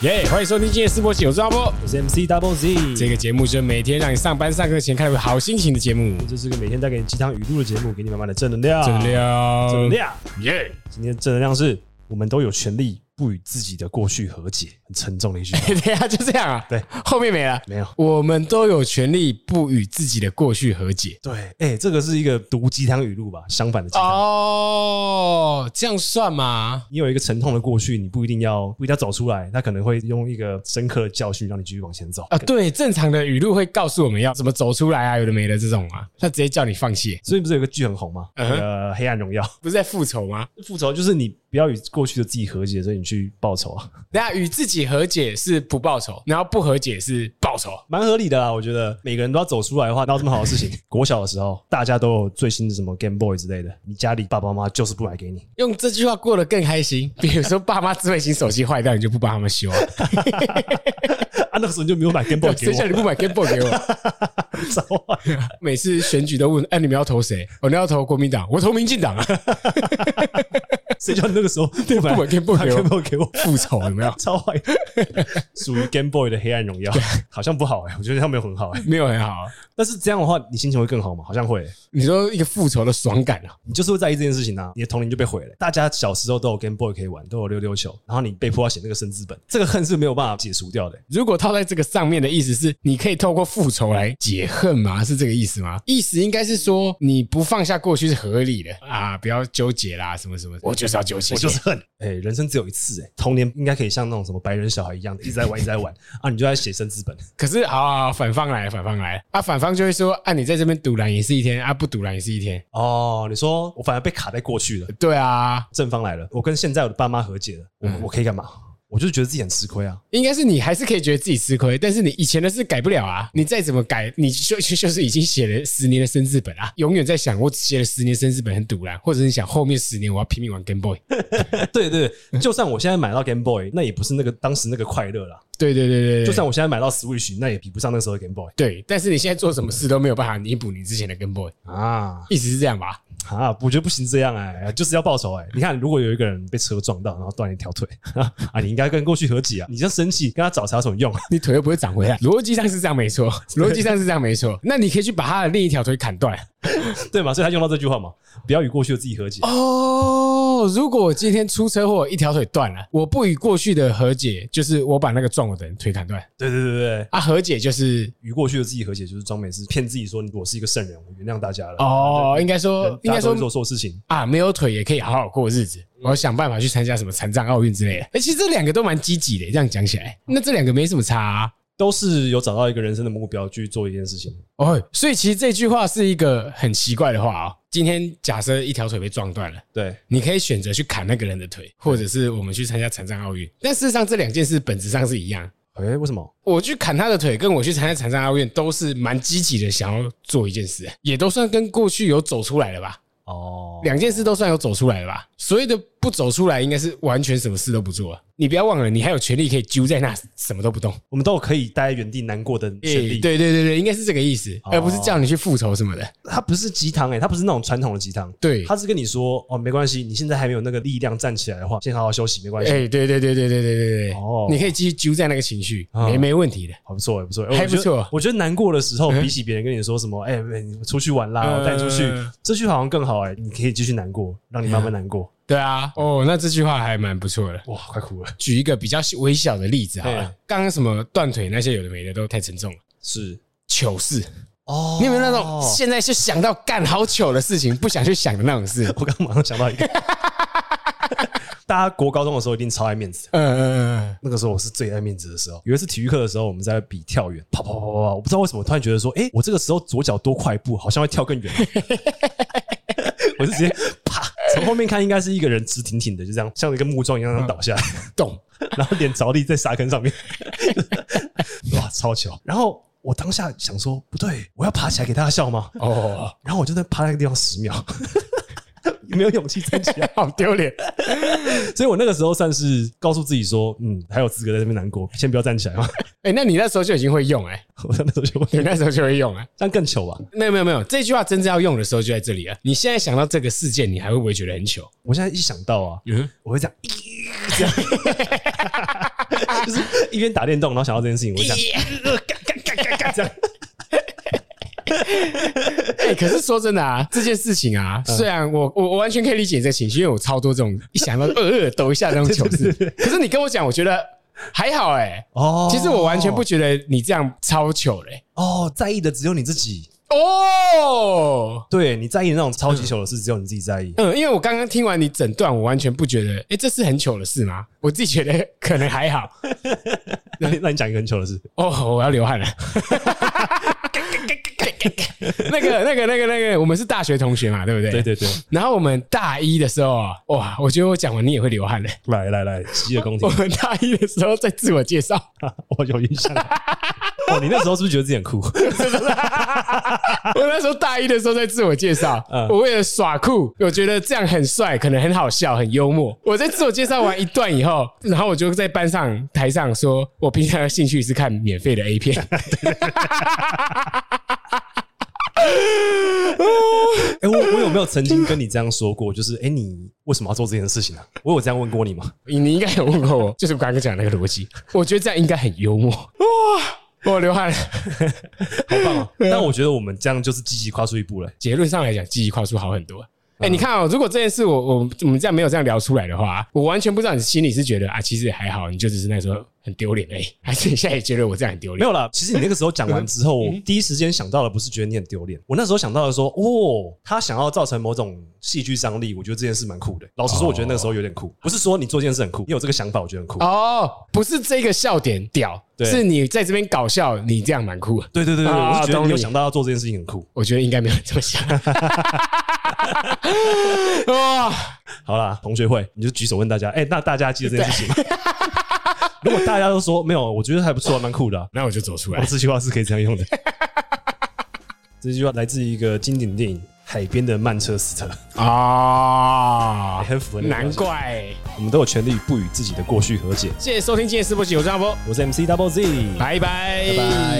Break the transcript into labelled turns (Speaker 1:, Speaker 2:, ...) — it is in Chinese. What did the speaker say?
Speaker 1: 耶欢迎收听今天的世博喜，我是阿波。
Speaker 2: 我是 MC Double Z，
Speaker 1: 这个节目就是每天让你上班上课前看有好心情的节目，
Speaker 2: 这是个每天带给你鸡汤语录的节目，给你满满的正能量。
Speaker 1: 正能，量，
Speaker 2: 正能，量。
Speaker 1: 耶！
Speaker 2: 今天正能量是我们都有权利不与自己的过去和解，很沉重的一句话。
Speaker 1: 等一下就这样啊，
Speaker 2: 对，
Speaker 1: 后面没了。
Speaker 2: 没有，
Speaker 1: 我们都有权利不与自己的过去和解。
Speaker 2: 对，哎、这个是一个毒鸡汤语录吧？相反的鸡汤。
Speaker 1: 啊哦，这样算吗？
Speaker 2: 你有一个沉痛的过去，你不一定要不一定要走出来，他可能会用一个深刻的教训让你继续往前走。
Speaker 1: 啊，对，正常的语录会告诉我们要怎么走出来啊，有的没的这种啊，他直接叫你放弃，
Speaker 2: 所以不是有个剧很红吗？
Speaker 1: 嗯哼
Speaker 2: 呃，《黑暗荣耀》
Speaker 1: 不是在复仇吗？
Speaker 2: 复仇就是你不要与过去的自己和解，所以你去报仇啊，
Speaker 1: 等一下与自己和解是不报仇，然后不和解是报仇。
Speaker 2: 蛮合理的啊啦。我觉得每个人都要走出来的话，哪有这么好的事 情？国小的时候，大家都有最新的什么 Game Boy 之类的，你家里爸爸妈妈就是不买给你，
Speaker 1: 用这句话过得更开 心。比如说，爸妈智慧型手机坏掉，你就不帮他们 修啊，
Speaker 2: 啊，那个时候你就没有买 Game Boy 给
Speaker 1: 谁叫你
Speaker 2: 我，
Speaker 1: 不买 Game Boy 给我？
Speaker 2: 糟啊！
Speaker 1: 每次选举都问，哎，你们要投谁？我们要投国民党，我投民进党啊，
Speaker 2: 谁叫你那个时候不买
Speaker 1: 不买 Game Boy 给我
Speaker 2: Game Boy 给我？
Speaker 1: 复仇有没有？
Speaker 2: 超坏， 属于 Game Boy 的黑暗荣 耀，好像不好哎、我觉得他没有很好哎、
Speaker 1: 没有很好啊。
Speaker 2: 但是这样的话，你心情会更好吗？好像会欸、
Speaker 1: 你说一个复仇的爽感啊，
Speaker 2: 你就是会在意这件事情啊，你的童年就被毁了。大家小时候都有 Game Boy 可以玩，都有溜溜球，然后你被迫要写那个生字本，这个恨是没有办法解除掉的、欸
Speaker 1: 如果套在这个上面的意思是，你可以透过复仇来解恨吗？是这个意思吗？意思应该是说，你不放下过去是合理的啊，不要纠结啦，什么什么，我就是要纠结，
Speaker 2: 我就是恨，哎、人生只有一次、哎，童年应该可以像那种什么白人小孩一 样，一直在玩，一直在玩啊，你就在写生字本，
Speaker 1: 可是好好好，反方来，反方来啊，反方就会说，啊，你在这边堵拦也是一天，啊，不堵拦也是一天。
Speaker 2: 哦，你说我反而被卡在过去了，
Speaker 1: 对啊，
Speaker 2: 正方来了，我跟现在我的爸妈和解了，我我可以干嘛？我就觉得自己很吃亏 啊，
Speaker 1: 应该是你还是可以觉得自己吃亏，但是你以前的事改不了啊，
Speaker 2: 嗯
Speaker 1: 你再怎么改，你就 就就是已经写了十年的生字本啊，永远在想我写了十年生字本很堵拦，或者你想后面十年我要拼命玩 Game Boy。
Speaker 2: 对对对，就算我现在买到 Game Boy，那也不是那个当时那个快乐啦，
Speaker 1: 对对对对对，
Speaker 2: 就算我现在买到 Switch，那也比不上那时候的 Game Boy
Speaker 1: 对，但是你现在做什么事都没有办法弥补你之前的 Game Boy，
Speaker 2: 啊。
Speaker 1: 意思是这样吧？
Speaker 2: 啊，我觉得不行这样哎、就是要报仇哎、你看，如果有一个人被车撞到，然后断了一条腿 啊，你应该跟过去和解啊，你这样生气跟他找茬有什么用啊？
Speaker 1: 你腿又不会长回来，逻辑上是这样没 错，逻辑上是这样没错。那你可以去把他的另一条腿砍断。
Speaker 2: 对嘛？所以他用到这句话嘛，不要与过去的自己和解。
Speaker 1: 哦，如果我今天出车祸一条腿断了，我不与过去的和解，就是我把那个撞我的人腿砍断
Speaker 2: 对对对对，
Speaker 1: 啊，和解就是
Speaker 2: 与过去的自己和解就是装没事，骗自己说我是一个圣人，我原谅大家了。
Speaker 1: 哦，应该说应
Speaker 2: 大
Speaker 1: 该
Speaker 2: 家
Speaker 1: 说
Speaker 2: 都会做错事嗯情，
Speaker 1: 啊，没有腿也可以好好过日子。我想办法去参加什么残障奥运之类的。哎、其实这两个都蛮积极的，这样讲起来，那这两个没什么差、啊。
Speaker 2: 都是有找到一个人生的目标去做一件事情。
Speaker 1: 哦，所以其实这句话是一个很奇怪的话哦。今天假设一条腿被撞断了，
Speaker 2: 对，
Speaker 1: 你可以选择去砍那个人的腿，或者是我们去参加残障奥运。但事实上，这两件事本质上是一样。
Speaker 2: 哎、为什么？
Speaker 1: 我去砍他的腿，跟我去参加残障奥运，都是蛮积极的，想要做一件事，也都算跟过去有走出来了吧。
Speaker 2: 哦，
Speaker 1: 两件事都算有走出来了吧。所谓的不走出来，应该是完全什么事都不做。啊你不要忘了，你还有权利可以揪在那，什么都不动。
Speaker 2: 我们都有可以待在原地难过的权
Speaker 1: 诶
Speaker 2: 利。
Speaker 1: 对对对对，应该是这个意思，
Speaker 2: 哦
Speaker 1: 而不是叫你去复仇什么的。
Speaker 2: 它不是鸡汤哎，它不是那种传统的鸡汤。
Speaker 1: 对，
Speaker 2: 他是跟你说哦，没关系，你现在还没有那个力量站起来的话，先好好休息，没关系，
Speaker 1: 哎、对对对对对对对对对，
Speaker 2: 哦
Speaker 1: 你可以继续揪在那个情绪，
Speaker 2: 哦
Speaker 1: 没没问题的。
Speaker 2: 好不错，不错，哎
Speaker 1: 还不
Speaker 2: 我觉得
Speaker 1: 错
Speaker 2: 我觉得难过的时候，
Speaker 1: 嗯
Speaker 2: 比起别人跟你说什么，哎，哎你出去玩啦，
Speaker 1: 嗯嗯
Speaker 2: 我带你出去，这句好像更好哎，你可以继续难过，让你慢慢难过。
Speaker 1: 对啊，哦，那这句话还蛮不错的。
Speaker 2: 哇，快哭了，
Speaker 1: 举一个比较微小的例子好
Speaker 2: 对
Speaker 1: 了
Speaker 2: 啊，
Speaker 1: 刚刚什么断腿那些有的没的都太沉重了。
Speaker 2: 是
Speaker 1: 糗事，
Speaker 2: 哦
Speaker 1: 你有没有那种现在就想到干好糗的事情，不想去想的那种 事？
Speaker 2: 我刚马上想到 一个，大家国高中的时候一定超爱面子。
Speaker 1: 嗯嗯嗯
Speaker 2: 那个时候我是最爱面子的时候。有一次体育课的时候，我们在比跳远，跑跑跑跑跑，我不知道为什么突然觉得说，哎、我这个时候左脚多快一步，好像会跳更远。 我是直接啪，从后面看应该是一个人直挺挺的，就这样像一个木桩一样这样倒下来，
Speaker 1: 嗯，懂。
Speaker 2: 然后脸着地在沙坑上面， 哇，超巧。然后我当下想说，不对，我要爬起来给大家笑吗？
Speaker 1: 哦，
Speaker 2: 然后我就在趴那个地方十秒。 没有勇气站起来，
Speaker 1: 好丢脸。
Speaker 2: 所以我那个时候算是告诉自己说，嗯，还有资格在这边难过，先不要站起来嘛。
Speaker 1: 哎，那你那时候就已经会用哎、
Speaker 2: 我那时候就会
Speaker 1: 你那时候就会用哎、
Speaker 2: 这样更糗吧？啊
Speaker 1: 没有没有没有，这句话真正要用的时候就在这里了。你现在想到这个事件，你还会不会觉得很糗？
Speaker 2: 我现在一想到啊，
Speaker 1: 嗯，
Speaker 2: 我会这样，就是一边打电动，然后想到这件事情，我想，
Speaker 1: 呃
Speaker 2: 这样
Speaker 1: 哎，可是说真的啊，这件事情啊，虽然我我我完全可以理解你这个情绪，因为我超多这种一想到呃呃抖一下那种糗事。可是你跟我讲，我觉得还好哎。
Speaker 2: 哦
Speaker 1: 其实我完全不觉得你这样超糗嘞。
Speaker 2: 哦，在意的只有你自己，
Speaker 1: 哦，
Speaker 2: 对你在意的那种超级糗的事，只有你自己在意。
Speaker 1: 嗯，因为我刚刚听完你整段，我完全不觉得，哎，这是很糗的事吗？我自己觉得 可能还好。
Speaker 2: 那你那你讲一个很糗的事，
Speaker 1: 哦，我要流汗了。 那个、那个、那个、那个，我们是大学同学嘛，对不对？
Speaker 2: 对对对，
Speaker 1: 然后我们大一的时候啊，哇，我觉得我讲完你也会流汗嘞。
Speaker 2: 来来来，洗耳恭听
Speaker 1: 我，们 大一的时候在自我介绍，
Speaker 2: 我有印象。哦，你那时候是不是觉得自己很酷？
Speaker 1: 我那时候大一的时候在自我介绍，
Speaker 2: 嗯
Speaker 1: 我为了耍酷，我觉得这样很帅，可能很好笑，很幽默。我在自我介绍完一段以后，然后我就在班上台上说，我平常的兴趣是看免费的 A 片。
Speaker 2: 哎、我我有没有曾经跟你这样说过？就是哎、你为什么要做这件事情呢、我有这样问过你吗？
Speaker 1: 你你应该有问过我，就是我刚刚讲的那个逻辑，我觉得这样应该很幽默。哇，我流汗了。
Speaker 2: 好棒、哦！
Speaker 1: 啊
Speaker 2: 但我觉得我们这样就是积极跨出一步了。欸
Speaker 1: 结论上来讲，记忆跨出好很多。哎、你看哦，如果这件事我我我们这样没有这样聊出来的话，我完全不知道你心里是觉得啊，其实也还好，你就只是那时候很丢脸而已，还是你现在也觉得我这样很丢
Speaker 2: 没
Speaker 1: 脸？
Speaker 2: 有啦，其实你那个时候讲完之后，
Speaker 1: 嗯
Speaker 2: 我第一时间想到的不是觉得你很丢脸，我那时候想到的说，哦，他想要造成某种戏剧张力，我觉得这件事蛮酷的。老实说，我觉得那个时候有点酷，不是说你做这件事很酷，你有这个想法，我觉得很酷。
Speaker 1: 哦，不是这个笑点屌，
Speaker 2: 对
Speaker 1: 是你在这边搞笑，你这样蛮酷的。
Speaker 2: 对对对对，
Speaker 1: 啊
Speaker 2: 我是觉得
Speaker 1: 懂
Speaker 2: 你有
Speaker 1: 你
Speaker 2: 想到要做这件事情很酷。
Speaker 1: 我觉得应该没有人这么 想。哇，
Speaker 2: 好啦，同学会，你就举手问大家，哎、那大家记得这 件事情吗？如果大家都说没有，我觉得还不错，蛮酷的啊、
Speaker 1: 那我就走出来
Speaker 2: 我
Speaker 1: 了。
Speaker 2: 这句话是可以这样用的。 这句话来自一个经典电影《海边的曼彻斯特》，
Speaker 1: 啊、
Speaker 2: 很符合那个
Speaker 1: 难怪。
Speaker 2: 我们都有权利不与自己的过去和解。
Speaker 1: 谢谢收听今天的世博集，我是张波，
Speaker 2: 我是 MC Double Z，
Speaker 1: 拜拜，
Speaker 2: 拜拜。